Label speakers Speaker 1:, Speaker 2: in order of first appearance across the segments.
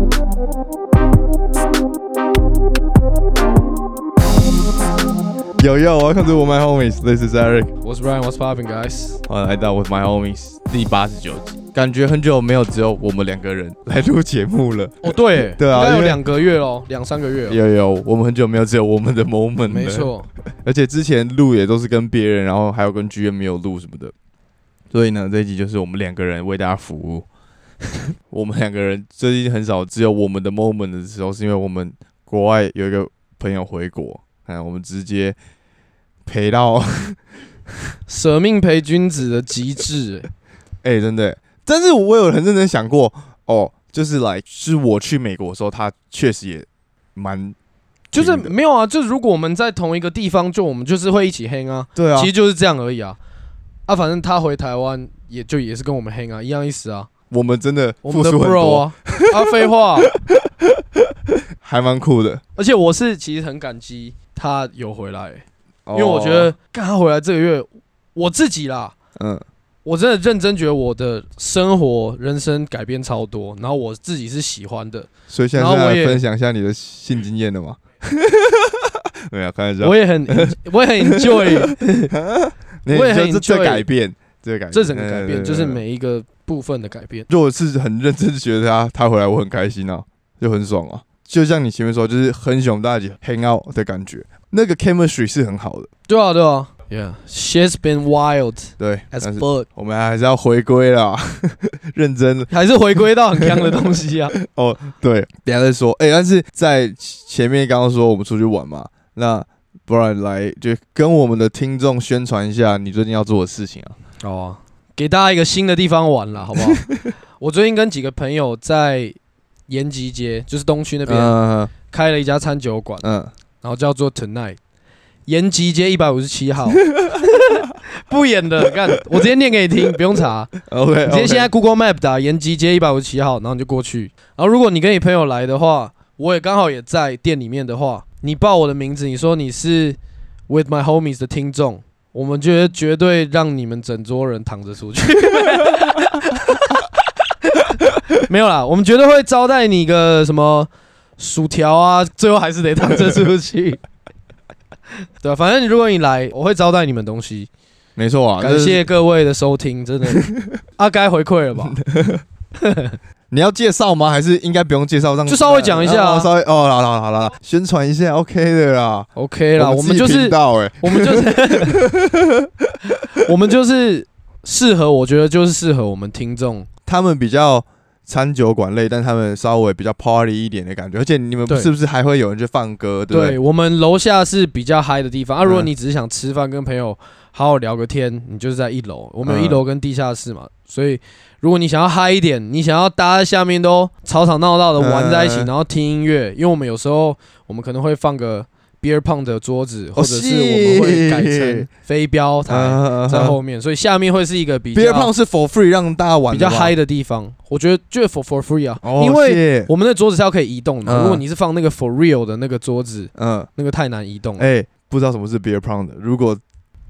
Speaker 1: Yo yo, welcome to my homies. This is Eric.
Speaker 2: What's Ryan? What's popping, guys？
Speaker 1: 欢迎来到 With My Homies 第八十九集。感觉很久没有只有我们两个人来录节目了。
Speaker 2: 哦，对，
Speaker 1: 对啊
Speaker 2: 应该
Speaker 1: 因
Speaker 2: 有
Speaker 1: 为
Speaker 2: 两个月咯，两三个月了。
Speaker 1: 有有，我们很久没有只有我们的 moment 了。
Speaker 2: 没，错，
Speaker 1: 而且之前录也都是跟别人，然后还有跟 GM 没有录什么的。所以呢，这一集就是我们两个人为大家服务。 我们两个人最近很少只有我们的 moment 的时候，是因为我们国外有一个朋友回国，嗯，我们直接陪到
Speaker 2: 舍命陪君子的极致、欸
Speaker 1: 哎、真的欸，但是我有很认真想过，哦，就是来是我去美国的时候，他确实也蛮
Speaker 2: 就是
Speaker 1: 真的
Speaker 2: 没有啊，就是如果我们在同一个地方，就我们就是会一起 hang 啊，
Speaker 1: 对啊
Speaker 2: 其实就是这样而已啊。啊，反正他回台湾也就也是跟我们 hang 啊，一样意思啊，
Speaker 1: 我们真的
Speaker 2: 我
Speaker 1: 付
Speaker 2: 们的
Speaker 1: 出很
Speaker 2: bro
Speaker 1: 多，
Speaker 2: 啊，啊废话，
Speaker 1: 还蛮酷的。
Speaker 2: 而且我是其实很感激他有回来、欸因为我觉
Speaker 1: 哦，
Speaker 2: 得干他回来这个月，我自己啦，
Speaker 1: 嗯，
Speaker 2: 我真的认真觉得我的生活、人生改变超多，然后我自己是喜欢的，
Speaker 1: 所以现在
Speaker 2: 然后
Speaker 1: 是
Speaker 2: 我
Speaker 1: 来
Speaker 2: 也
Speaker 1: 分享一下你的性经验的嘛？ 没有开玩笑
Speaker 2: 我，也很 我也很 enjoy
Speaker 1: 你
Speaker 2: 我也很
Speaker 1: 你说这这
Speaker 2: enjoy
Speaker 1: 改变，这个改变，
Speaker 2: 这整个改变，
Speaker 1: 嗯
Speaker 2: 就是。每一个部分的改变。
Speaker 1: 就我是很认真地觉得他他回来我很开心啊，就很爽啊。就像你前面说，就是很喜欢大家一起 hang out 的感觉，那个 chemistry 是很好的。
Speaker 2: 对啊，对啊，Yeah, she's been wild
Speaker 1: 对，但
Speaker 2: as
Speaker 1: 是
Speaker 2: fuck，
Speaker 1: 我们还是要回归啦， 认真。
Speaker 2: 还是回归到很强的东 西啊。
Speaker 1: 对，等一下再说。哎、但是在前面刚刚说我们出去玩嘛，那不然来就跟我们的听众宣传一下你最近要做的事情啊。
Speaker 2: 哦，给大家一个新的地方玩了，好不好？ 我最近跟几个朋友在延吉街，就是东区那边、
Speaker 1: 嗯
Speaker 2: 开了一家餐酒馆，
Speaker 1: 嗯，
Speaker 2: 然后叫做 Tonight，延吉街一百五十七号。 不演的，干，我直接念给你听，不用查。
Speaker 1: ，OK，
Speaker 2: 你直接现在 Google Map 打延吉街一百五十七号，然后你就过去。然后如果你跟你朋友来的话，我也刚好也在店里面的话，你报我的名字，你说你是 With My Homies 的听众，我们觉得绝对让你们整桌人躺着出去。 没有啦，我们绝对会招待你个什么薯条啊，最后还是得躺着出去。 对啊，反正如果你来，我会招待你们东西。
Speaker 1: 没错啊，
Speaker 2: 感
Speaker 1: 这是
Speaker 2: 谢各位的收听，真的，啊，该回馈了吧？
Speaker 1: 你要介绍吗？还是应该不用介绍？让
Speaker 2: 就稍微讲一下啊
Speaker 1: 哦稍微哦，好了好了好了，宣传一下，OK 的啦。
Speaker 2: OK 啦，我
Speaker 1: 自
Speaker 2: 们
Speaker 1: 己
Speaker 2: 就
Speaker 1: 频
Speaker 2: 是
Speaker 1: 道哎、
Speaker 2: 我们就是，我们就是适合，我觉得就是适合我们听众。
Speaker 1: 他们比较餐酒馆类，但他们稍微比较 party 一点的感觉，而且你们
Speaker 2: 对
Speaker 1: 是不是还会有人去放歌？对不
Speaker 2: 对
Speaker 1: 对？
Speaker 2: 我们楼下是比较嗨的地方啊，如果
Speaker 1: 嗯
Speaker 2: 你只是想吃饭跟朋友好好聊个天，你就是在一楼，我们有一
Speaker 1: 嗯
Speaker 2: 楼跟地下室嘛，所以如果你想要嗨一点，你想要大家在下面都吵吵闹闹的玩在一起，
Speaker 1: 嗯
Speaker 2: 然后听音乐，因为我们有时候我们可能会放个 beer pong 的桌子，或者是我们会改成
Speaker 1: 是
Speaker 2: 飞镖台
Speaker 1: 哦啊
Speaker 2: 在后面，所以下面会是一个比较
Speaker 1: Beer Pong 是 for free 让大家玩
Speaker 2: 比
Speaker 1: 的
Speaker 2: 较
Speaker 1: 吧
Speaker 2: 嗨，的地方，我觉得就是 for for free 啊，
Speaker 1: 哦
Speaker 2: 因为
Speaker 1: 谢
Speaker 2: 我们的桌子是要可以移动的嘛，
Speaker 1: 嗯
Speaker 2: 如果你是放那个 for real 的那个桌子，
Speaker 1: 嗯，
Speaker 2: 那个太难移动了。
Speaker 1: 哎，不知道什么是 Beer Pong 的，如果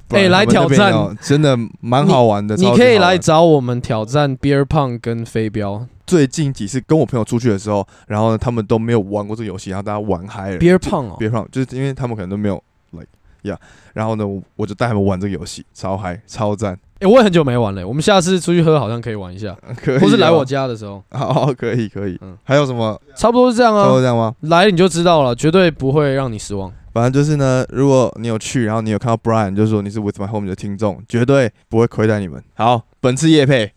Speaker 1: 不然他
Speaker 2: 哎
Speaker 1: 们
Speaker 2: 来挑
Speaker 1: 那边
Speaker 2: 战
Speaker 1: 要，真的蛮好玩的。
Speaker 2: 你
Speaker 1: 超级
Speaker 2: 可以
Speaker 1: 好玩
Speaker 2: 来找我们挑战 beer pong 跟飞镖。
Speaker 1: 最近几次跟我朋友出去的时候，然后呢他们都没有玩过这个游戏，然后大家玩嗨了。
Speaker 2: beer pong 哦，
Speaker 1: Beer Pong 就是因为他们可能都没有 like 呀，然后呢，我我就带他们玩这个游戏，超嗨，超赞，
Speaker 2: 哎，我也很久没玩了，我们下次出去喝好像可以玩一下，
Speaker 1: 可以。哦
Speaker 2: 或是来我，家的时候，
Speaker 1: 好，可以可以
Speaker 2: 嗯。
Speaker 1: 还有什么？
Speaker 2: 差不多是这样
Speaker 1: 差不多
Speaker 2: 啊。
Speaker 1: 这样吗？
Speaker 2: 来你就知道了，绝对不会让你失望。
Speaker 1: 反正就是呢，如果你有去，然后你有看到 Brian，就说你是 With My Home 的听众，绝对不会亏待你们。好，本次夜配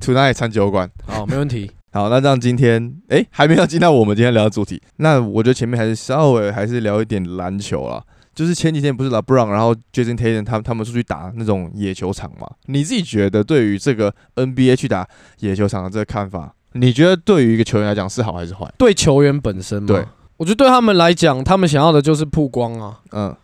Speaker 1: Tonight 餐酒馆。
Speaker 2: 好，没问题。
Speaker 1: 好，那这样今天，诶，还没有进到我们今天聊的主题。那我觉得前面还是稍微还是聊一点篮球啦。就是前几天不是 LeBron，然后 Jason Tatum 他们他们出去打那种野球场嘛？你自己觉得对于这个 NBA 去打野球场的这个看法，你觉得对于一个球员来讲是好还是坏？
Speaker 2: 对球员本身嘛，
Speaker 1: 对，
Speaker 2: 我觉得对他们来讲，他们想要的就是曝光啊。
Speaker 1: 嗯，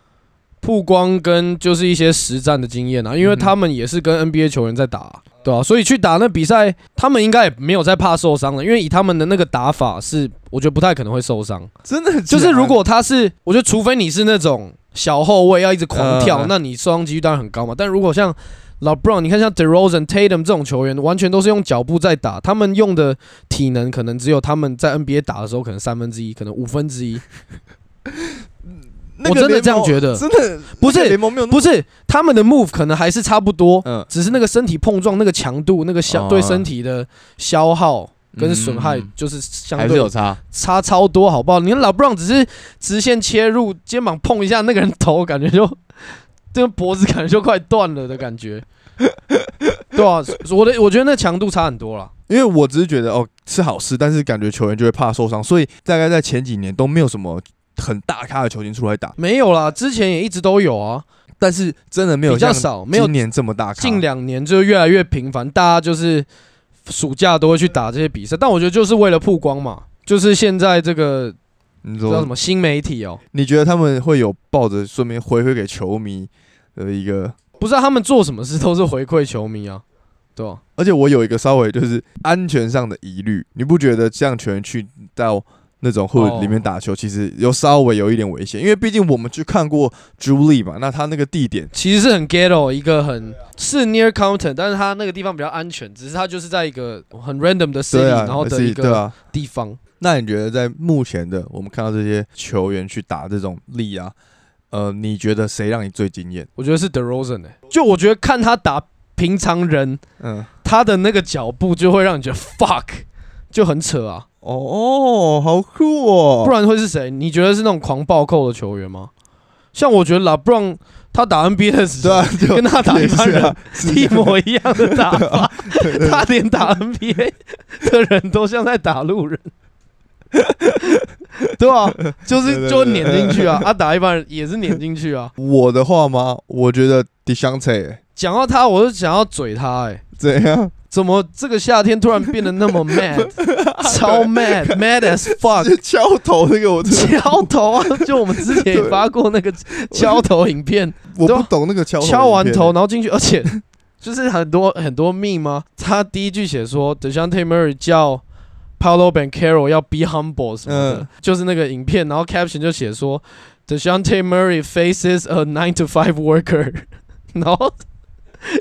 Speaker 2: 曝光跟就是一些实战的经验啊，因为
Speaker 1: 嗯
Speaker 2: 他们也是跟 NBA 球员在打、对啊，所以去打那比赛，他们应该也没有在怕受伤了，因为以他们的那个打法是，我觉得不太可能会受伤。
Speaker 1: 真的
Speaker 2: 就是如果他是，我觉得除非你是那种小后卫要一直狂
Speaker 1: 嗯
Speaker 2: 跳，那你受伤几率当然很高嘛。但如果像老 Brown，你看像 DeRozan、Tatum 这种球员，完全都是用脚步在打，他们用的体能可能只有他们在 NBA 打的时候可能三分之一，可能五分 之一。
Speaker 1: 那
Speaker 2: 我
Speaker 1: 个
Speaker 2: 真的
Speaker 1: 联
Speaker 2: 这样
Speaker 1: 盟
Speaker 2: 觉得
Speaker 1: 真的
Speaker 2: 不是
Speaker 1: 那个联盟没有那么
Speaker 2: 不是他们的 move 可能还是差不多，
Speaker 1: 嗯
Speaker 2: 只是那个身体碰撞、那个强度、那个消
Speaker 1: 哦
Speaker 2: 对身体的消耗跟损害
Speaker 1: 嗯，
Speaker 2: 就是相
Speaker 1: 还是
Speaker 2: 对
Speaker 1: 有差，
Speaker 2: 差超多，好不好？你看老布朗只是直线切入，肩膀碰一下那个人头，感觉就这个脖子感觉就快断了的 感觉。对啊，我的我觉得那强度差很多啦。
Speaker 1: 因为我只是觉得哦是好事，但是感觉球员就会怕受伤，所以大概在前几年都没有什么很大咖的球星出来打，
Speaker 2: 没有啦，之前也一直都有啊，
Speaker 1: 但是真的没有
Speaker 2: 比较
Speaker 1: 像
Speaker 2: 少，没有
Speaker 1: 今年这么大咖。
Speaker 2: 近两年就越来越频繁，大家就是暑假都会去打这些比赛，但我觉得就是为了曝光嘛，就是现在这个
Speaker 1: 你
Speaker 2: 叫什
Speaker 1: 说
Speaker 2: 么新媒体哦、
Speaker 1: 你觉得他们会有抱着顺便回馈给球迷的一个？
Speaker 2: 不是、啊、他们做什么事都是回馈球迷啊，对吧、
Speaker 1: 而且我有一个稍微就是安全上的疑虑，你不觉得这样球员去到那种 hood
Speaker 2: 哦
Speaker 1: 里面打球，其实有稍微有一点危险？因为毕竟我们去看过 Julie 嘛，那他那个地点，
Speaker 2: 其实是很 ghetto，一个很是 near Compton，但是它那个地方比较安全，只是它就是在一个很 random 的 city，、
Speaker 1: 对啊，
Speaker 2: 然后的
Speaker 1: 是
Speaker 2: 一
Speaker 1: 对
Speaker 2: 个
Speaker 1: 啊。
Speaker 2: 地方。
Speaker 1: 那你觉得在目前的我们看到这些球员去打这种力啊，呃，你觉得谁让你最惊艳？
Speaker 2: 我觉得是 DeRozan 哎、就我觉得看他打平常人，
Speaker 1: 嗯，
Speaker 2: 他的那个脚步就会让你觉得 fuck，就很扯啊。
Speaker 1: 哦，好酷哦
Speaker 2: 不然会是谁？你觉得是那种狂暴扣的球员吗？像我觉得 LeBron 他打 NBA 的时
Speaker 1: 对
Speaker 2: 候，
Speaker 1: 啊，就
Speaker 2: 跟他打一般人 一
Speaker 1: 一
Speaker 2: 模一样的打法，他连打 NBA 的人都像在打路人， 对吧、就是就碾进去啊，他打一般人也是碾进去啊。
Speaker 1: 我的话吗？我觉得 d e s h a n t e
Speaker 2: 讲到他，我就想要嘴他、哎，
Speaker 1: 怎样？
Speaker 2: 怎么这个夏天突然变得那么 mad，超 mad，mad as fuck。
Speaker 1: 这敲头那个我真的
Speaker 2: 啊敲头啊！就我们之前也发过那个敲头影片，
Speaker 1: 我
Speaker 2: 对
Speaker 1: 不
Speaker 2: 啊
Speaker 1: 懂那个敲头
Speaker 2: 敲完头
Speaker 1: 影片
Speaker 2: 然后进去，而且就是很多很多命吗？他第一句写说 d e s h a n t e Murray 叫 Paolo Bancaro 要 be humble 什么的，
Speaker 1: 嗯
Speaker 2: 就是那个影片，然后 caption 就写说 d e s h a n t e Murray faces a nine to five worker，然 后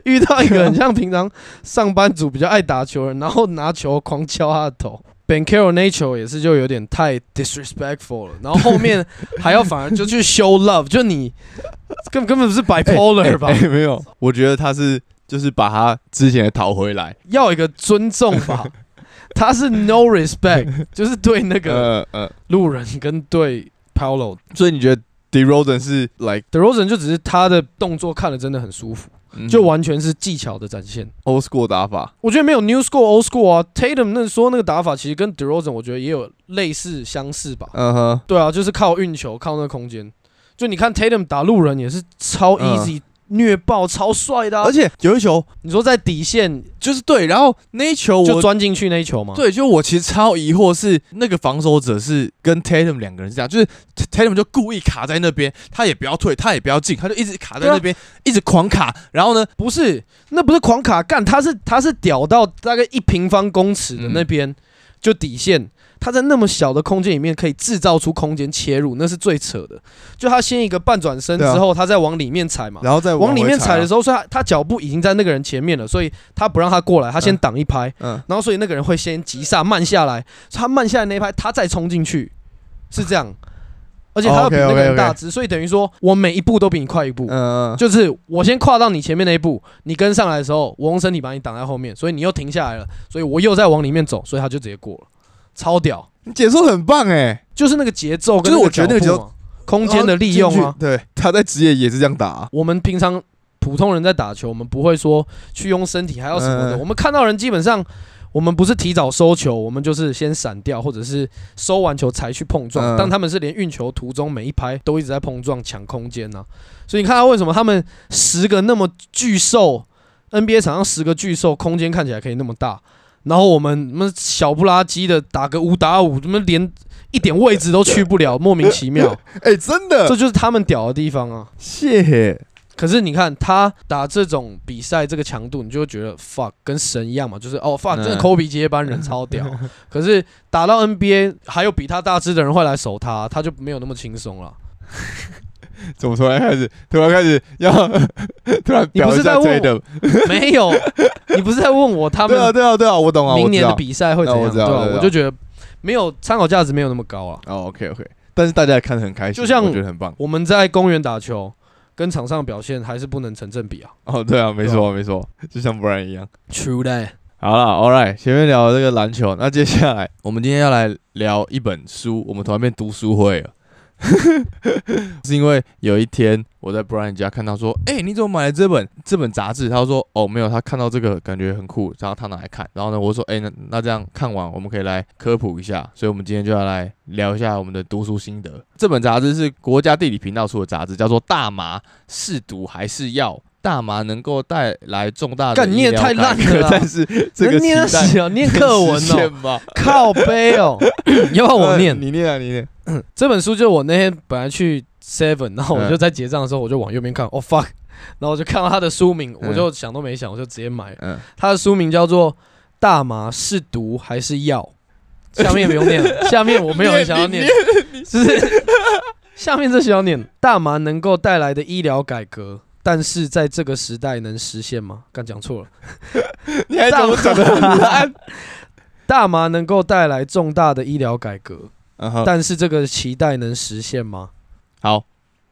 Speaker 2: 遇到一个很像平常上班族比较爱打球的人，然后拿球狂敲他的头。Bancaro 那球也是就有点太 disrespectful 了，然后后面还要反而就去 show love，就你根根本不是 bipolar 吧？
Speaker 1: 哎哎没有，我觉得他是就是把他之前的讨回来，
Speaker 2: 要有一个尊重吧。他是 no respect，就是对那个
Speaker 1: 呃呃，
Speaker 2: 路人跟对 Paolo。
Speaker 1: 所以你觉得 d e r o z e n 是 like
Speaker 2: d e r o z a n 就只是他的动作看了真的很舒服，
Speaker 1: 嗯
Speaker 2: 就完全是技巧的展现。
Speaker 1: old school 打法？
Speaker 2: 我觉得没有 new school old school 啊，Tatum 那说那个打法其实跟 d e r o z a n 我觉得也有类似相似吧。
Speaker 1: 嗯哼，
Speaker 2: 对啊，就是靠运球，靠那个空间。就你看 Tatum 打路人也是超
Speaker 1: 嗯
Speaker 2: easy、虐爆、超帅的、啊
Speaker 1: 而。且有一球
Speaker 2: 你说在底线
Speaker 1: 就是对，然后那一球
Speaker 2: 就
Speaker 1: 我。
Speaker 2: 钻进去那一球吗？
Speaker 1: 对，就我其实超疑惑是，那个防守者是跟 Tatum 两个人是这样，就是 Tatum 就故意卡在那边，他也不要退，他也不要进，他就一直卡在
Speaker 2: 对啊
Speaker 1: 那边，一直狂卡。然后呢，
Speaker 2: 不是，那不是狂卡干，他是他是屌到大概一平方公尺的
Speaker 1: 嗯
Speaker 2: 那边、就底线，他在那么小的空间里面可以制造出空间切入，那是最扯的。就他先一个半转身之
Speaker 1: 对啊
Speaker 2: 后，他再往里面踩嘛，
Speaker 1: 然后再
Speaker 2: 往里面踩的
Speaker 1: 时
Speaker 2: 时候，所以他他脚步已经在那个人前面了，所以他不让他过来，他先
Speaker 1: 嗯
Speaker 2: 挡一拍，
Speaker 1: 候，嗯，
Speaker 2: 然后所以那个人会先急刹慢下来，所以他慢下来那一拍，他再冲进去，是这样。而且他要比那个
Speaker 1: 哦 OK，OK，OK
Speaker 2: 人大只，所以等于说我每一步都比你快一步。
Speaker 1: 嗯，
Speaker 2: 就是我先跨到你前面那一步，你跟上来的时候，我用身体把你挡在后面，所以你又停下来了，所以我又再往里面走，所以他就直接过了，超屌！
Speaker 1: 你嗯解说得很棒哎，
Speaker 2: 就是那个节奏跟
Speaker 1: 就是
Speaker 2: 那
Speaker 1: 我觉得那个
Speaker 2: 脚步嘛空间的利用
Speaker 1: 然后
Speaker 2: 啊
Speaker 1: 进去。对，他在职业也是这样打啊、
Speaker 2: 我们平常普通人在打球，我们不会说去用身体还要什么的，
Speaker 1: 嗯
Speaker 2: 我们看到人基本上。我们不是提早收球，我们就是先闪掉，或者是收完球才去碰撞。
Speaker 1: 嗯
Speaker 2: 但他们是连运球途中每一拍都一直在碰撞抢空间呐、所以你看他为什么他们十个那么巨兽，NBA 场上十个巨兽空间看起来可以那么大，然后我们我们小不拉几的打个五打五，怎么连一点位置都去不了，莫名其 妙，
Speaker 1: 哎、真的，
Speaker 2: 这就是他们屌的地方啊！
Speaker 1: 谢
Speaker 2: 可是你看他打这种比赛这个强度，你就会觉得 fuck 跟神一样嘛，就是哦 fuck
Speaker 1: 嗯
Speaker 2: 这个 Kobe 接班人超 屌。可是 打到 NBA 还有比他大只的人会来守他，他就没有那么轻松了。
Speaker 1: 怎么突然开始，突然开始要 突然表一下
Speaker 2: 你不是在
Speaker 1: Tatum？
Speaker 2: 没有，你不是在问我他
Speaker 1: 对啊，
Speaker 2: 们
Speaker 1: 对啊，对啊，我懂啊，
Speaker 2: 明年
Speaker 1: 我知
Speaker 2: 的
Speaker 1: 道
Speaker 2: 比赛会怎
Speaker 1: 那我
Speaker 2: 样？
Speaker 1: 知
Speaker 2: 对
Speaker 1: 道
Speaker 2: 啊
Speaker 1: 我知道
Speaker 2: 我就觉得没有参考价值，没有那么高啊。
Speaker 1: 哦，OK OK，但是大家也看得很开心，
Speaker 2: 就像
Speaker 1: 我觉得很棒。
Speaker 2: 我们在公园打球，跟场上表现还是不能成正比啊。
Speaker 1: 哦，对啊，没错、没错，就像 Brian 一样。
Speaker 2: True that。
Speaker 1: 好了，All right，前面聊了这个篮球，那接下来我们今天要来聊一本书，我们突然变读书会了， 是因为有一天我在 Brian 家看到说，哎、你怎么买了这本这本杂志？他说，哦，没有，他看到这个感觉很酷，然后他拿来看，然后呢，我说，哎、那那这样看完我们可以来科普一下，所以我们今天就要来聊一下我们的读书心得。这本杂志是国家地理频道出的杂志，叫做《大麻是毒还是药》。大麻能够带来重大的
Speaker 2: 干你也
Speaker 1: 医疗
Speaker 2: 太
Speaker 1: 改
Speaker 2: 烂
Speaker 1: 革
Speaker 2: 了啦
Speaker 1: 但是这个
Speaker 2: 能念
Speaker 1: 期待
Speaker 2: 死啊！念课 文
Speaker 1: 实
Speaker 2: 哦，
Speaker 1: 现吧，
Speaker 2: 靠背 哦，要不要我
Speaker 1: 呃
Speaker 2: 念
Speaker 1: 你念啊，你念。
Speaker 2: 这本书？就是我那天本来去 Seven，然后
Speaker 1: 嗯
Speaker 2: 我就在结账的时候，我就往右边看，哦 fuck，然后我就看到它的书名，
Speaker 1: 嗯
Speaker 2: 我就想都没想，我就直接买了。
Speaker 1: 嗯，
Speaker 2: 它的书名叫做《大麻是毒还是药》， 下面也不用念了，下面我没有很想要念，就是下面这些要念。大麻能够带来的医疗改革，但是在这个时代能实现吗？刚讲错了。
Speaker 1: 你还怎么讲 的很烂？
Speaker 2: 大麻能够带来重大的医疗改革，
Speaker 1: 嗯哼
Speaker 2: 但是这个期待能实现吗？
Speaker 1: 好，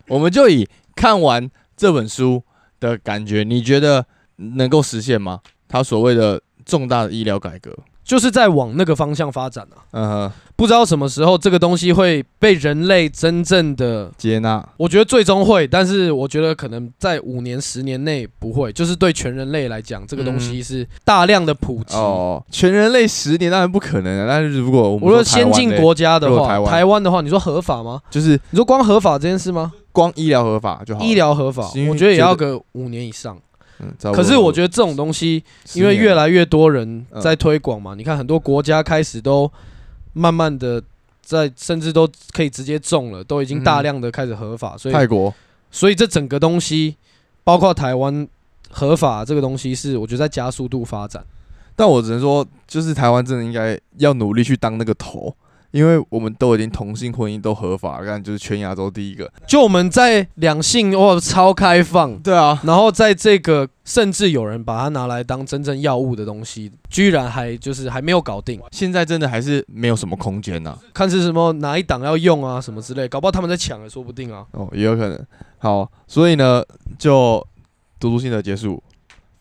Speaker 1: 我们就以看完这本书的感觉，你觉得能够实现吗？他所谓的重大的医疗改革，
Speaker 2: 就是在往那个方向发展啊！
Speaker 1: 嗯哼，
Speaker 2: 不知道什么时候这个东西会被人类真正的，
Speaker 1: 接纳，
Speaker 2: 我觉得最终会，但是我觉得可能在五年、十年内不会。就是对全人类来讲，这个东西是大量的普及。
Speaker 1: 嗯哦，全人类十年当然不可能啊，但是如果我们
Speaker 2: 我说
Speaker 1: 台湾
Speaker 2: 先进
Speaker 1: 嘞，
Speaker 2: 国家的
Speaker 1: 如果
Speaker 2: 话
Speaker 1: 台，湾
Speaker 2: 台湾的话，你说合法吗？
Speaker 1: 就是
Speaker 2: 你说光合法这件事吗？
Speaker 1: 光医疗合法就好了，
Speaker 2: 医疗合法，
Speaker 1: 因为
Speaker 2: 我觉得
Speaker 1: 哦
Speaker 2: 也
Speaker 1: 觉得
Speaker 2: 要个五年以上。
Speaker 1: 嗯，差不多，
Speaker 2: 可是我觉得这种东西，因为越
Speaker 1: 来
Speaker 2: 来越多人在推广嘛，你看很多国家开始都慢慢的在，甚至都可以直接种了，都已经
Speaker 1: 嗯
Speaker 2: 大量的开始合法，所
Speaker 1: 泰
Speaker 2: 以
Speaker 1: 国，
Speaker 2: 所以这整个东西，包括台湾合法这个东西是，我觉得在加速度发展。
Speaker 1: 但我只能说，就是台湾真的应该要努力去当那个头，因为我们都已经同性婚姻都合法，但就是全亚洲第一个。
Speaker 2: 就我们在两性哇超开放，
Speaker 1: 对啊，
Speaker 2: 然后在这个甚至有人把它拿来当真正药物的东西，居然还就是还没有搞定，
Speaker 1: 现在真的还是没有什么空间呐、
Speaker 2: 看是什么哪一档要用啊什么之类，搞不好他们在抢也说不定啊。
Speaker 1: 哦，也有可能。好，所以呢，就读书心得结束，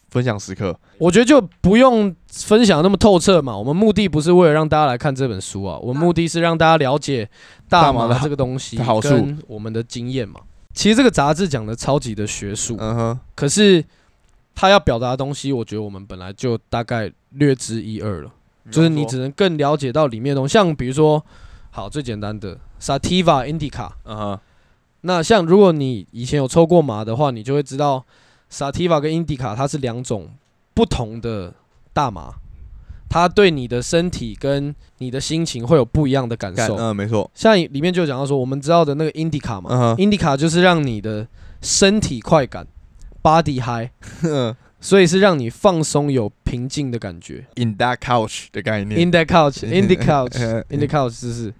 Speaker 1: 分享时刻。
Speaker 2: 我觉得就不用分享那么透彻嘛。我们目的不是为了让大家来看这本书啊，我们目的是让大家了解大
Speaker 1: 大麻
Speaker 2: 麻
Speaker 1: 的
Speaker 2: 这个东西
Speaker 1: 的好处
Speaker 2: 跟我们的经验嘛。其实这个杂志讲的超级的学术，
Speaker 1: 嗯哼，
Speaker 2: 可是他要表达的东西，我觉得我们本来就大概略知一二了，就是你只能更了解到里面的东西。像比如说，好最简单的 sativa indica，
Speaker 1: 嗯哼，
Speaker 2: 啊那像如果你以前有抽过麻的话，你就会知道 sativa 跟 indica 它是两种不同的大麻，它对你的身体跟你的心情会有不一样的感
Speaker 1: 干，
Speaker 2: 受。
Speaker 1: 嗯，没错，
Speaker 2: 像里面就有讲到说，我们知道的那个 indica 嘛、
Speaker 1: 嗯哼
Speaker 2: i n d i c a 就是让你的身体快感 body high，
Speaker 1: 嗯
Speaker 2: 所以是让你放松有平静的感觉。
Speaker 1: ，in that couch 的概念。
Speaker 2: In the couch，in the
Speaker 1: 嗯
Speaker 2: couch，in the couch，就是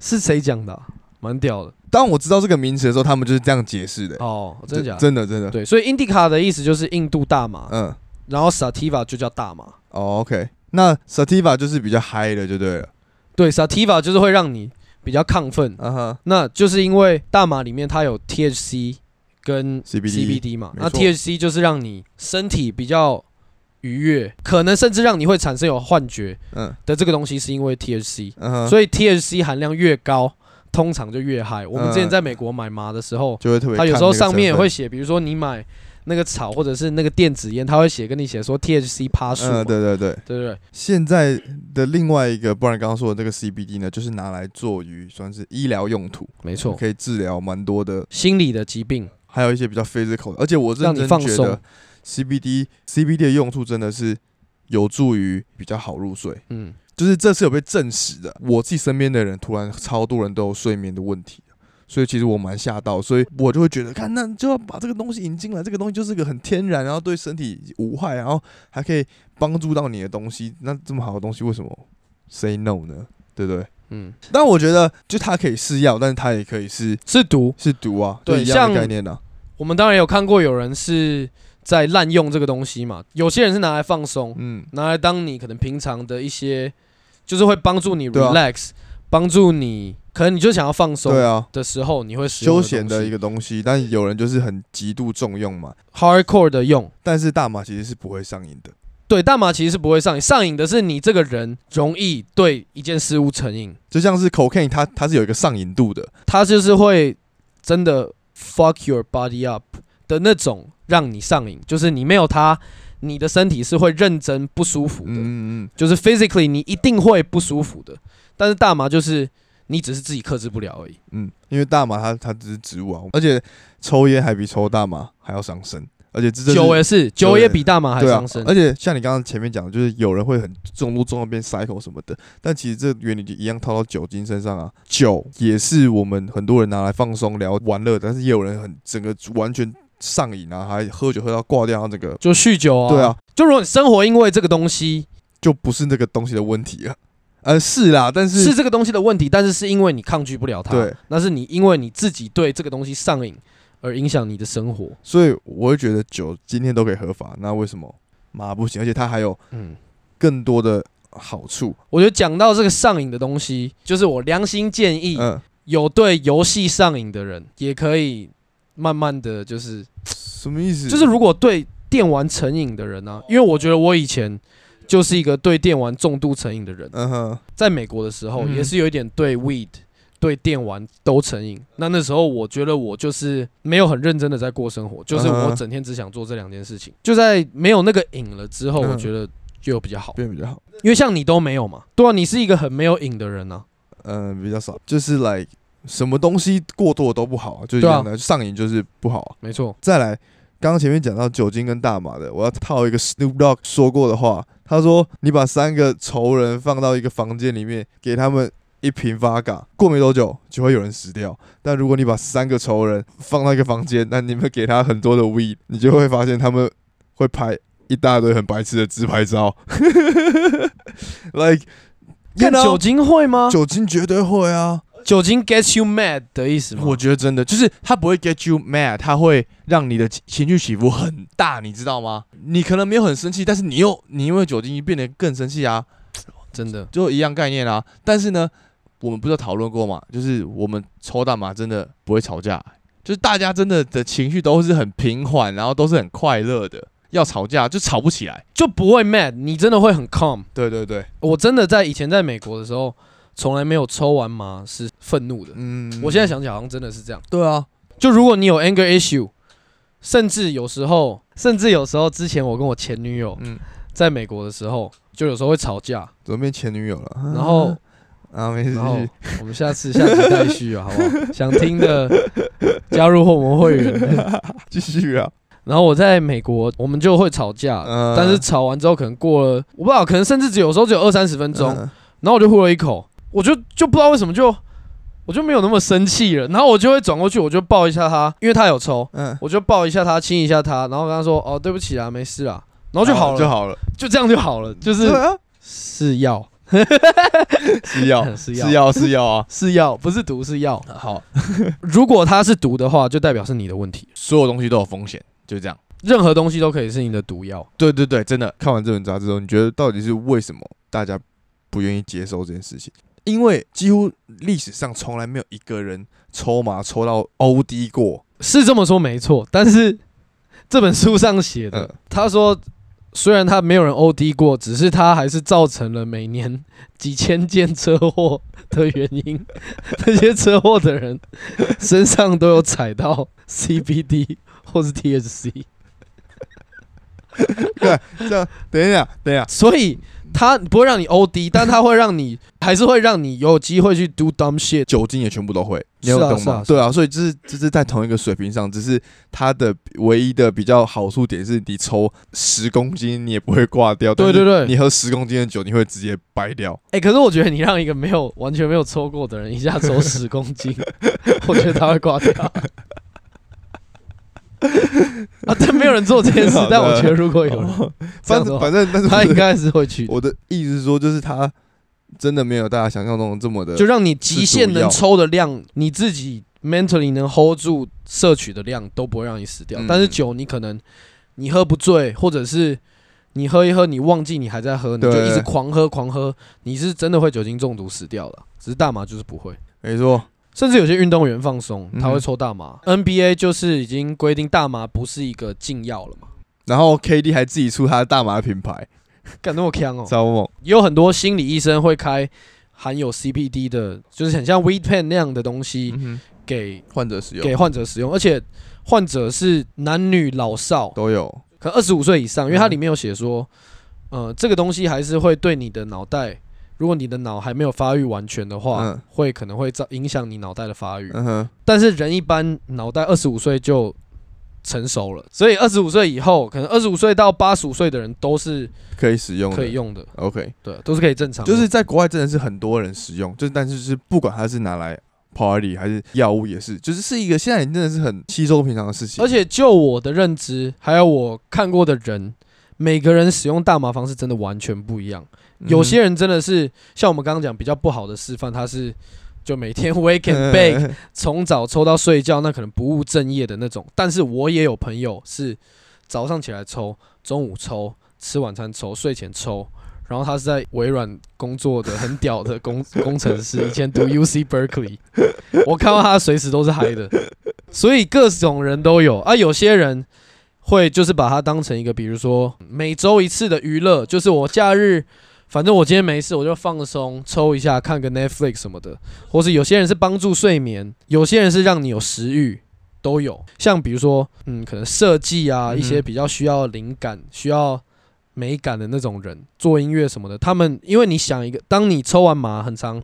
Speaker 2: 是谁讲的啊、蛮屌的
Speaker 1: 当我知道这个名词的时候，他们就是这样解释的、
Speaker 2: 哦，真的假的？
Speaker 1: 真的，真的。
Speaker 2: 对，所以 indica 的意思就是印度大麻，
Speaker 1: 嗯、
Speaker 2: 然后 sativa 就叫大麻。
Speaker 1: 哦、，OK。那 sativa 就是比较嗨的，就对了。
Speaker 2: 对，sativa 就是会让你比较亢奋，
Speaker 1: 嗯哼
Speaker 2: 那就是因为大麻里面它有 THC 跟
Speaker 1: CBD
Speaker 2: CBD 嘛，
Speaker 1: 没
Speaker 2: 那
Speaker 1: 错
Speaker 2: THC 就是让你身体比较愉悦，可能甚至让你会产生有幻觉
Speaker 1: 嗯
Speaker 2: 的这个东西，是因为 THC，
Speaker 1: 嗯哼，以
Speaker 2: 所以 THC 含量越高，通常就越嗨。我们之前
Speaker 1: 嗯
Speaker 2: 在美国买麻的时候，
Speaker 1: 就会特别
Speaker 2: 它
Speaker 1: 看那个成分。
Speaker 2: 有时候上面也会写，比如说你买那个草或者是那个电子烟，它会写跟你写说 THC 趴数嘛，
Speaker 1: 嗯，对对对。
Speaker 2: 对不对？
Speaker 1: 现在的另外一个，不然刚刚说的这个 CBD 呢，就是拿来做于算是医疗用途，
Speaker 2: 没错，
Speaker 1: 可以治疗蛮多的，
Speaker 2: 心理的疾病，
Speaker 1: 还有一些比较 physical 的。而且我认
Speaker 2: 让你
Speaker 1: 真
Speaker 2: 放
Speaker 1: 觉
Speaker 2: 松
Speaker 1: 得。CBD CBD 的用处真的是有助于比较好入睡，
Speaker 2: 嗯，
Speaker 1: 就是这是有被证实的。我自己身边的人突然超多人都有睡眠的问题。所以其实我蛮吓到，所以我就会觉得，看那就要把这个东西引进来，这个东西就是个很天然，然后对身体无害，然后还可以帮助到你的东西。那这么好的东西，为什么 say no 呢？对不对？
Speaker 2: 嗯，
Speaker 1: 但我觉得，就它可以是药，但是它也可以是
Speaker 2: 是毒。
Speaker 1: 是毒啊，
Speaker 2: 对
Speaker 1: 就一样
Speaker 2: 像
Speaker 1: 的概念啊。
Speaker 2: 我们当然有看过有人是在滥用这个东西嘛，有些人是拿来放松，
Speaker 1: 嗯，
Speaker 2: 拿来当你可能平常的一些，就是会帮助你
Speaker 1: 对啊
Speaker 2: relax，帮、助你，可能你就想要放松
Speaker 1: 对啊，
Speaker 2: 的时候，你会使用
Speaker 1: 休闲的一
Speaker 2: 个
Speaker 1: 个东西，但有人就是很极度重用嘛。
Speaker 2: hardcore 的用。
Speaker 1: 但是大麻其实是不会上瘾的，
Speaker 2: 对，大麻其实是不会上瘾，上瘾的是你这个人容易对一件事物成瘾，
Speaker 1: 就像是 cocaine，它它是有一个上瘾度的，
Speaker 2: 它就是会真的 fuck your body up 的那种让你上瘾，就是你没有它，你的身体是会认真不舒服的，
Speaker 1: 嗯嗯嗯，
Speaker 2: 就是 physically 你一定会不舒服的。但是大麻就是你只是自己克制不了而已。
Speaker 1: 嗯，因为大麻它它只是植物啊，而且抽烟还比抽大麻还要伤身，而且这这是
Speaker 2: 酒也是，酒也比大麻还
Speaker 1: 对啊
Speaker 2: 伤身，。
Speaker 1: 而且像你刚刚前面讲的，就是有人会很重度重到变 cycle 什么的，但其实这原理就一样套到酒精身上啊。酒也是我们很多人拿来放松、聊玩乐，但是也有人很整个完全上瘾啊，还喝酒喝到挂掉，然后整个
Speaker 2: 就酗酒啊，
Speaker 1: 对啊，
Speaker 2: 就如果你生活因为这个东西
Speaker 1: 就不是那个东西的问题啊。呃，是啦，但
Speaker 2: 是
Speaker 1: 是
Speaker 2: 这个东西的问题，但是是因为你抗拒不了它，
Speaker 1: 对，
Speaker 2: 那是你因为你自己对这个东西上瘾而影响你的生活，
Speaker 1: 所以我会觉得酒今天都可以合法，那为什么麻不行？而且它还有
Speaker 2: 嗯。
Speaker 1: 更多的好处。
Speaker 2: 我觉得讲到这个上瘾的东西，就是我良心建议，
Speaker 1: 嗯，
Speaker 2: 有对游戏上瘾的人，也可以慢慢的就是，
Speaker 1: 什么意思？
Speaker 2: 就是如果对电玩成瘾的人啊，因为我觉得我以前就是一个对电玩重度成瘾的人，
Speaker 1: 嗯哼，
Speaker 2: 在美国的时候，
Speaker 1: 嗯
Speaker 2: 也是有一点对 weed、对电玩都成瘾。那那时候我觉得我就是没有很认真的在过生活，就是
Speaker 1: 嗯
Speaker 2: 我
Speaker 1: 哼
Speaker 2: 整天只想做这两件事情。就在没有那个瘾了之后，
Speaker 1: 嗯
Speaker 2: 我觉得就比较好，
Speaker 1: 变比较好。
Speaker 2: 因为像你都没有嘛，对啊，你是一个很没有瘾的人啊。
Speaker 1: 嗯，比较少，就是 like 什么东西过多都不好，啊就是这样
Speaker 2: 啊
Speaker 1: 的、上瘾就是不好、啊。
Speaker 2: 没错，
Speaker 1: 再来，刚刚前面讲到酒精跟大麻的，我要套一个 Snoop Dogg 说过的话，他说：“你把三个仇人放到一个房间里面，给他们一瓶 v a g a 过没多久就会有人死掉。但如果你把三个仇人放到一个房间，那你们给他很多的 weed，你就会发现他们会拍一大堆很白痴的 自拍照，like。”
Speaker 2: 但酒精啊会吗？
Speaker 1: 酒
Speaker 2: 酒
Speaker 1: 精绝对会啊！
Speaker 2: 酒精 gets you mad 的意思吗？
Speaker 1: 我觉得真的就是它不会 get you mad，它会让你的情情绪起伏很大，你知道吗？你可能没有很生气，但是你又你因为酒精变得更生气啊，
Speaker 2: 真的，
Speaker 1: 就一样概念啊。但是呢，我们不是有讨论过嘛，就是我们抽大麻真的不会吵架，就是大家真的的情绪都是很平缓，然后都是很快乐的。要吵架就吵不起来。
Speaker 2: 就不会 mad，你真的会很 calm。
Speaker 1: 对对对，
Speaker 2: 我真的在以前在美国的时候，从来没有抽完麻是愤怒的。
Speaker 1: 嗯
Speaker 2: 我现在想起来好像真的是这样。
Speaker 1: 对啊，
Speaker 2: 就如果你有 anger issue，甚至有时候，甚至有时候，之前我跟我前女友
Speaker 1: 嗯，
Speaker 2: 在美国的时候，就有时候会吵架，
Speaker 1: 怎么变前女友了？
Speaker 2: 然后，
Speaker 1: 啊，没事，
Speaker 2: 然后我们下次下次再续啊，好不 好？想听的加入我们会 员。
Speaker 1: 继续啊。
Speaker 2: 然后我在美国，我们就会吵架，
Speaker 1: 嗯
Speaker 2: 但是吵完之后可能过了，我不知道，可能甚至只有时候只有二三十分钟，
Speaker 1: 呃
Speaker 2: 然后我就呼了一口，我就就不知道为什么就。我就没有那么生气了，然后我就会转过去，我就抱一下他，因为他有抽，
Speaker 1: 嗯，
Speaker 2: 我就抱一下他，亲一下他，然后跟他说：“哦，对不起啊，没事啦。”然后就好了，
Speaker 1: 哦就好了。
Speaker 2: 就这样就好了，就是
Speaker 1: 对啊，
Speaker 2: 是药，
Speaker 1: 是药，
Speaker 2: 是药
Speaker 1: 是药，是药啊！
Speaker 2: 是药，不是毒，是药。
Speaker 1: 好，
Speaker 2: 如果它是毒的话，就代表是你的问题。
Speaker 1: 所有东西都有风险，就这样。
Speaker 2: 任何东西都可以是你的毒药。
Speaker 1: 对对对，真的。看完这本杂志之后，你觉得到底是为什么大家不愿意接受这件事情？因为几乎历史上从来没有一个人抽麻抽到 OD 过。
Speaker 2: 是这么说没错，但是 这本书上写的，
Speaker 1: 嗯
Speaker 2: 他说虽然他没有人 OD 过，只是他还是造成了每年几千件车祸的原因。 那些车祸的人身上都有踩到 CBD 或是 THC，
Speaker 1: 这样，等一下，等一下，
Speaker 2: 所以他不会让你 OD，但他会让你还是会让你有机会去 do dumb shit。
Speaker 1: 酒精也全部都会，你
Speaker 2: 是
Speaker 1: 有
Speaker 2: 啊
Speaker 1: 懂
Speaker 2: 是啊
Speaker 1: 吗？
Speaker 2: 是
Speaker 1: 对啊，所以这是这是在同一个水平上，只是它的唯一的比较好处点是，你抽十公斤你也不会挂掉，
Speaker 2: 对对对
Speaker 1: 但是你喝十公斤的酒你会直接掰掉。
Speaker 2: 哎、可是我觉得你让一个没有完全没有抽过的人一下 抽十公斤， 我觉得他会挂掉。啊，但没有人做这件事
Speaker 1: 好的，
Speaker 2: 但我觉得如果有人
Speaker 1: 哦
Speaker 2: 这
Speaker 1: 反
Speaker 2: 样的
Speaker 1: 正
Speaker 2: 话，
Speaker 1: 反正，但是
Speaker 2: 他
Speaker 1: 我
Speaker 2: 应
Speaker 1: 的
Speaker 2: 该是会去的。
Speaker 1: 我的意思是说，就是他真的没有大家想象中这么的
Speaker 2: 就让你极限
Speaker 1: 是主要
Speaker 2: 能抽的量，你自己 mentally 能 hold 住摄取的量都不会让你死掉。
Speaker 1: 嗯
Speaker 2: 但是酒你可能你喝不醉，或者是你喝一喝你忘记你还在喝，你就
Speaker 1: 对
Speaker 2: 一直狂喝狂喝，你是真的会酒精中毒死掉了。只是大麻就是不会，
Speaker 1: 没错，
Speaker 2: 甚至有些运动员放松
Speaker 1: 嗯哼
Speaker 2: 他会抽大麻、n b a 就是已经规定大麻不是一个禁药了嘛。
Speaker 1: 然后 KD 还自己出他的大麻品牌，
Speaker 2: 干那么强哦！
Speaker 1: 超猛。
Speaker 2: 也有很多心理医生会开含有 CBD 的，就是很像 weed pen 那样的东西
Speaker 1: 嗯哼
Speaker 2: 给
Speaker 1: 患者使用
Speaker 2: 给患者使用，而且患者是男女老少，
Speaker 1: 都有，
Speaker 2: 可二十五岁以上，因为
Speaker 1: 嗯
Speaker 2: 它里面有写说，呃，这个东西还是会对你的脑袋，如果你的脑还没有发育完全的话，
Speaker 1: 嗯
Speaker 2: 会可能会造影响你脑袋的发育。
Speaker 1: 嗯哼，
Speaker 2: 但是人一般脑袋二十五岁就成熟了，所以二十五岁以后，可能二十五岁到八十五岁的人都是
Speaker 1: 可以使用，
Speaker 2: 可以。用嗯的，
Speaker 1: OK，
Speaker 2: 对，啊都是可以正常的，
Speaker 1: 就是在国外真的是很多人使用，就是但是是不管它是拿来 party 还是药物也是，就是是一个现在真的是很稀松平常的事情。
Speaker 2: 而且就我的认知，还有我看过的人，每个人使用大麻方式真的完全不一样。
Speaker 1: 嗯
Speaker 2: 有些人真的是像我们刚刚讲比较不好的示范，他是就每天 wake
Speaker 1: 嗯
Speaker 2: and bake，从早抽到睡觉，那可能不务正业的那种。但是我也有朋友是早上起来抽，中午抽，吃晚餐抽，睡前抽。然后他是在微软工作的很屌的工工程师，以前读 UC Berkeley，我看到他随时都是嗨的，所以各种人都有啊。有些人会就是把它当成一个，比如说每周一次的娱乐，就是我假日，反正我今天没事，我就放松，抽一下，看个 Netflix 什么的，或是有些人是帮助睡眠，有些人是让你有食欲，都有。像比如说，嗯，可能设计啊，
Speaker 1: 嗯
Speaker 2: 一些比较需要灵感、需要美感的那种人，做音乐什么的，他们因为你想一个，当你抽完麻很长。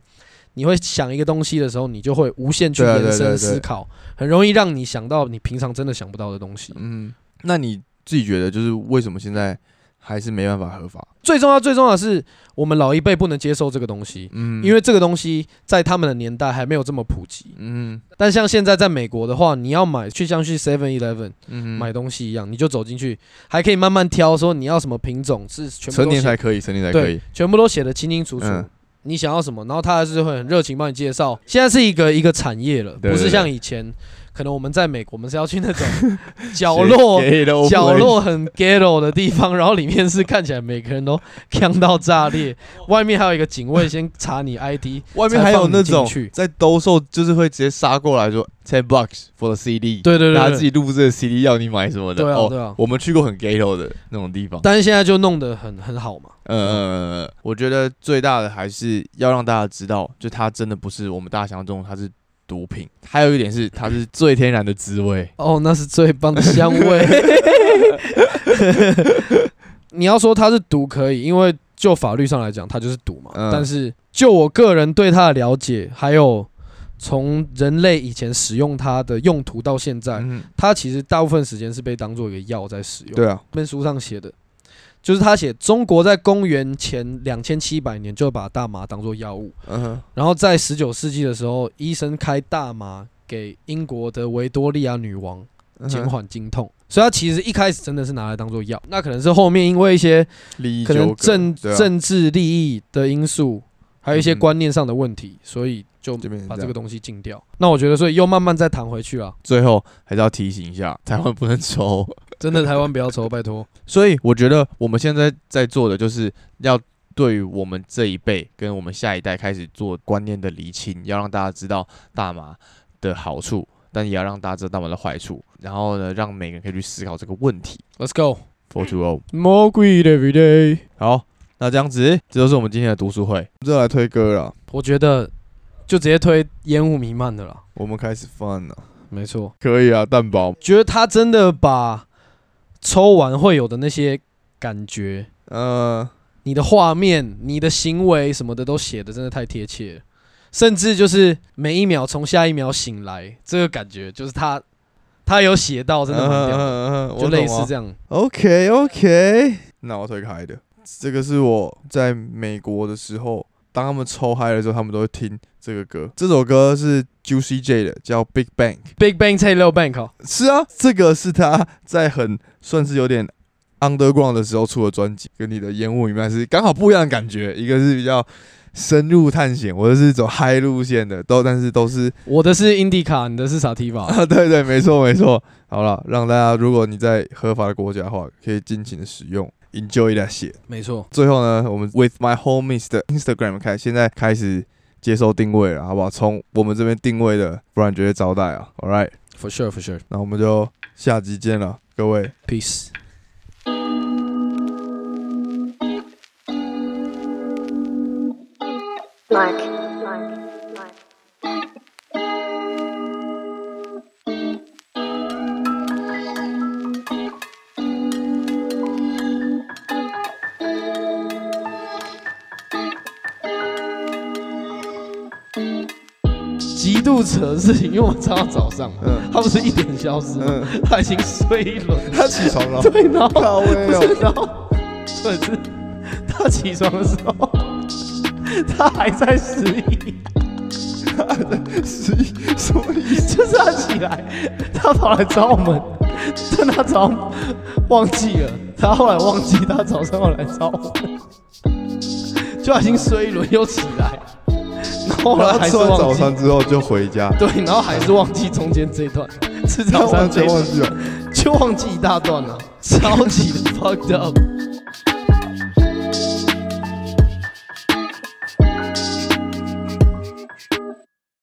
Speaker 2: 你会想一个东西的时候，你就会无限去
Speaker 1: 对啊
Speaker 2: 延
Speaker 1: 对对对
Speaker 2: 伸思考，很容易让你想到你平常真的想不到的东西。
Speaker 1: 嗯，那你自己觉得就是为什么现在还是没办法合法？
Speaker 2: 最重要、最重要的是，我们老一辈不能接受这个东西，
Speaker 1: 嗯
Speaker 2: 因为这个东西在他们的年代还没有这么普及。
Speaker 1: 嗯
Speaker 2: 但像现在在美国的话，你要买去像去 Seven Eleven
Speaker 1: 嗯
Speaker 2: 买东西一样，你就走进去，还可以慢慢挑，说你要什么品种，是全部
Speaker 1: 成
Speaker 2: 都
Speaker 1: 年
Speaker 2: 写
Speaker 1: 才可以，成年才可以
Speaker 2: 对，，全部都写的清清楚楚。
Speaker 1: 嗯
Speaker 2: 你想要什么，然后他还是会很热情帮你介绍。现在是一个一个产业了，
Speaker 1: 对
Speaker 2: 不是
Speaker 1: 对
Speaker 2: 像以前，可能我们在美国，我们是要去那种 角落
Speaker 1: 谁给的我
Speaker 2: 角
Speaker 1: 不会
Speaker 2: 落很 ghetto 的地方，然后里面是看起来每个人都强到炸裂， 外面还有一个警卫先查你 ID，
Speaker 1: 外面还有那
Speaker 2: 才
Speaker 1: 种
Speaker 2: 放你进去
Speaker 1: 在兜售，就是会直接杀过来说 ten bucks for the CD，
Speaker 2: 对对 对
Speaker 1: 拿
Speaker 2: 对
Speaker 1: 自己录制的 CD 要你买什么的。
Speaker 2: 对啊
Speaker 1: 哦，
Speaker 2: 对啊，
Speaker 1: 我们去过很 ghetto 的那种地方。
Speaker 2: 但是现在就弄得很很好嘛，
Speaker 1: 嗯嗯嗯嗯，我觉得最大的还是要让大家知道，就它真的不是我们大家想象中它是毒品。还有一点是，它是最天然的滋 味。
Speaker 2: 哦，那是最棒的 香味。你要说它是毒可以，因为就法律上来讲，它就是毒嘛。
Speaker 1: 嗯
Speaker 2: 但是就我个人对它的了解，还有从人类以前使用它的用途到现在，
Speaker 1: 嗯，
Speaker 2: 它其实大部分时间是被当做一个药在使用。
Speaker 1: 对啊，
Speaker 2: 本书上写的，就是他写中国在公元前两千七百年就把大麻当做药物，
Speaker 1: 嗯哼，
Speaker 2: 然后在十九世纪的时候，医生开大麻给英国的维多利亚女王
Speaker 1: 嗯哼
Speaker 2: 减缓经痛，所以他其实一开始真的是拿来当做药，那可能是后面因为一些
Speaker 1: 利益
Speaker 2: 可
Speaker 1: 纠
Speaker 2: 能
Speaker 1: 葛
Speaker 2: 政
Speaker 1: 对啊
Speaker 2: 政治利益的因素，还有一些
Speaker 1: 嗯
Speaker 2: 观念上的问题，所以就
Speaker 1: 就变成
Speaker 2: 把
Speaker 1: 这
Speaker 2: 这
Speaker 1: 样
Speaker 2: 个东西禁掉。那我觉得，所以又慢慢再弹回 去啊，
Speaker 1: 最后还是要提醒一下，台湾不能 抽。
Speaker 2: 真的台湾不要抽，拜托。
Speaker 1: 所以我觉得我们现在在做的就是要对于我们这一辈跟我们下一代开始做观念的厘清，要让大家知道大麻的好处，但也要让大家知道大麻的坏处，然后呢，让每个人可以去思考这个问题。
Speaker 2: Let's go,
Speaker 1: Four to O，
Speaker 2: more greed every day.
Speaker 1: 哦好，那这样子，这就是我们今天的读书会，这来推歌了，
Speaker 2: 我觉得就直接推烟雾弥漫的啦。
Speaker 1: 我们开始放了，
Speaker 2: 没错，
Speaker 1: 可以啊，蛋堡，
Speaker 2: 觉得他真的把抽完会有的那些感觉、
Speaker 1: 呃，
Speaker 2: 你的画面、你的行为什么的都写的真的太贴切了，甚至就是每一秒从下一秒醒来，这个感觉就是他他有写到，
Speaker 1: 哦
Speaker 2: 真的蛮屌的，
Speaker 1: 嗯
Speaker 2: 就类似这样。
Speaker 1: OK OK，那我推开的，这个是我在美国的时候，当他们抽嗨的时候，他们都会听这个歌。这首歌是 Juicy J 的，叫《Big Bang》。
Speaker 2: Big Bang 拆六 bank 哦
Speaker 1: 是啊，这个是他在很算是有点 underground 的时候出的专辑，跟你的烟雾里面是刚好不一样的感觉。一个是比较深入探险，我是走嗨路线的，都但是都是
Speaker 2: 我的是印第卡，你的是萨提法。
Speaker 1: 啊，对对，没错没错。好了，让大家如果你在合法的国家的话，可以尽情的使用，enjoy that shit。
Speaker 2: 没错，
Speaker 1: 最后呢，我们 With My Homies 的 Instagram 开现在开始接受定位了，好不好？从我们这边定位的，不然绝对招待啊。All right，
Speaker 2: For sure, for sure.
Speaker 1: 那我们就下集见了，各位。
Speaker 2: Peace.
Speaker 3: Mark. Mark. Mark.
Speaker 2: 《极度扯》的事情，因为我们唱到早上嘛，
Speaker 1: 嗯
Speaker 2: 他不是一点消失吗？
Speaker 1: 嗯，
Speaker 2: 他已经睡一轮了，，
Speaker 1: 他起床了
Speaker 2: 对，然后
Speaker 1: 靠
Speaker 2: 不
Speaker 1: 背
Speaker 2: 是
Speaker 1: 哦，
Speaker 2: 然后对是，他起床的时候，他还在失忆，
Speaker 1: 十一什么意思？
Speaker 2: 就是他起来，他跑来找我们，但他早上忘记了，他后来忘记他早上要来找我们，就他已经睡一轮又起来，然后后来
Speaker 1: 然后
Speaker 2: 还
Speaker 1: 吃
Speaker 2: 是
Speaker 1: 完早
Speaker 2: 忘记
Speaker 1: 餐。之后就回家，
Speaker 2: 对，然后还是忘记中间这一段，吃
Speaker 1: 他
Speaker 2: 早餐
Speaker 1: 完
Speaker 2: 这
Speaker 1: 全
Speaker 2: 一
Speaker 1: 忘
Speaker 2: 段
Speaker 1: 记了。
Speaker 2: 就忘记一大段了，超级 fucked up。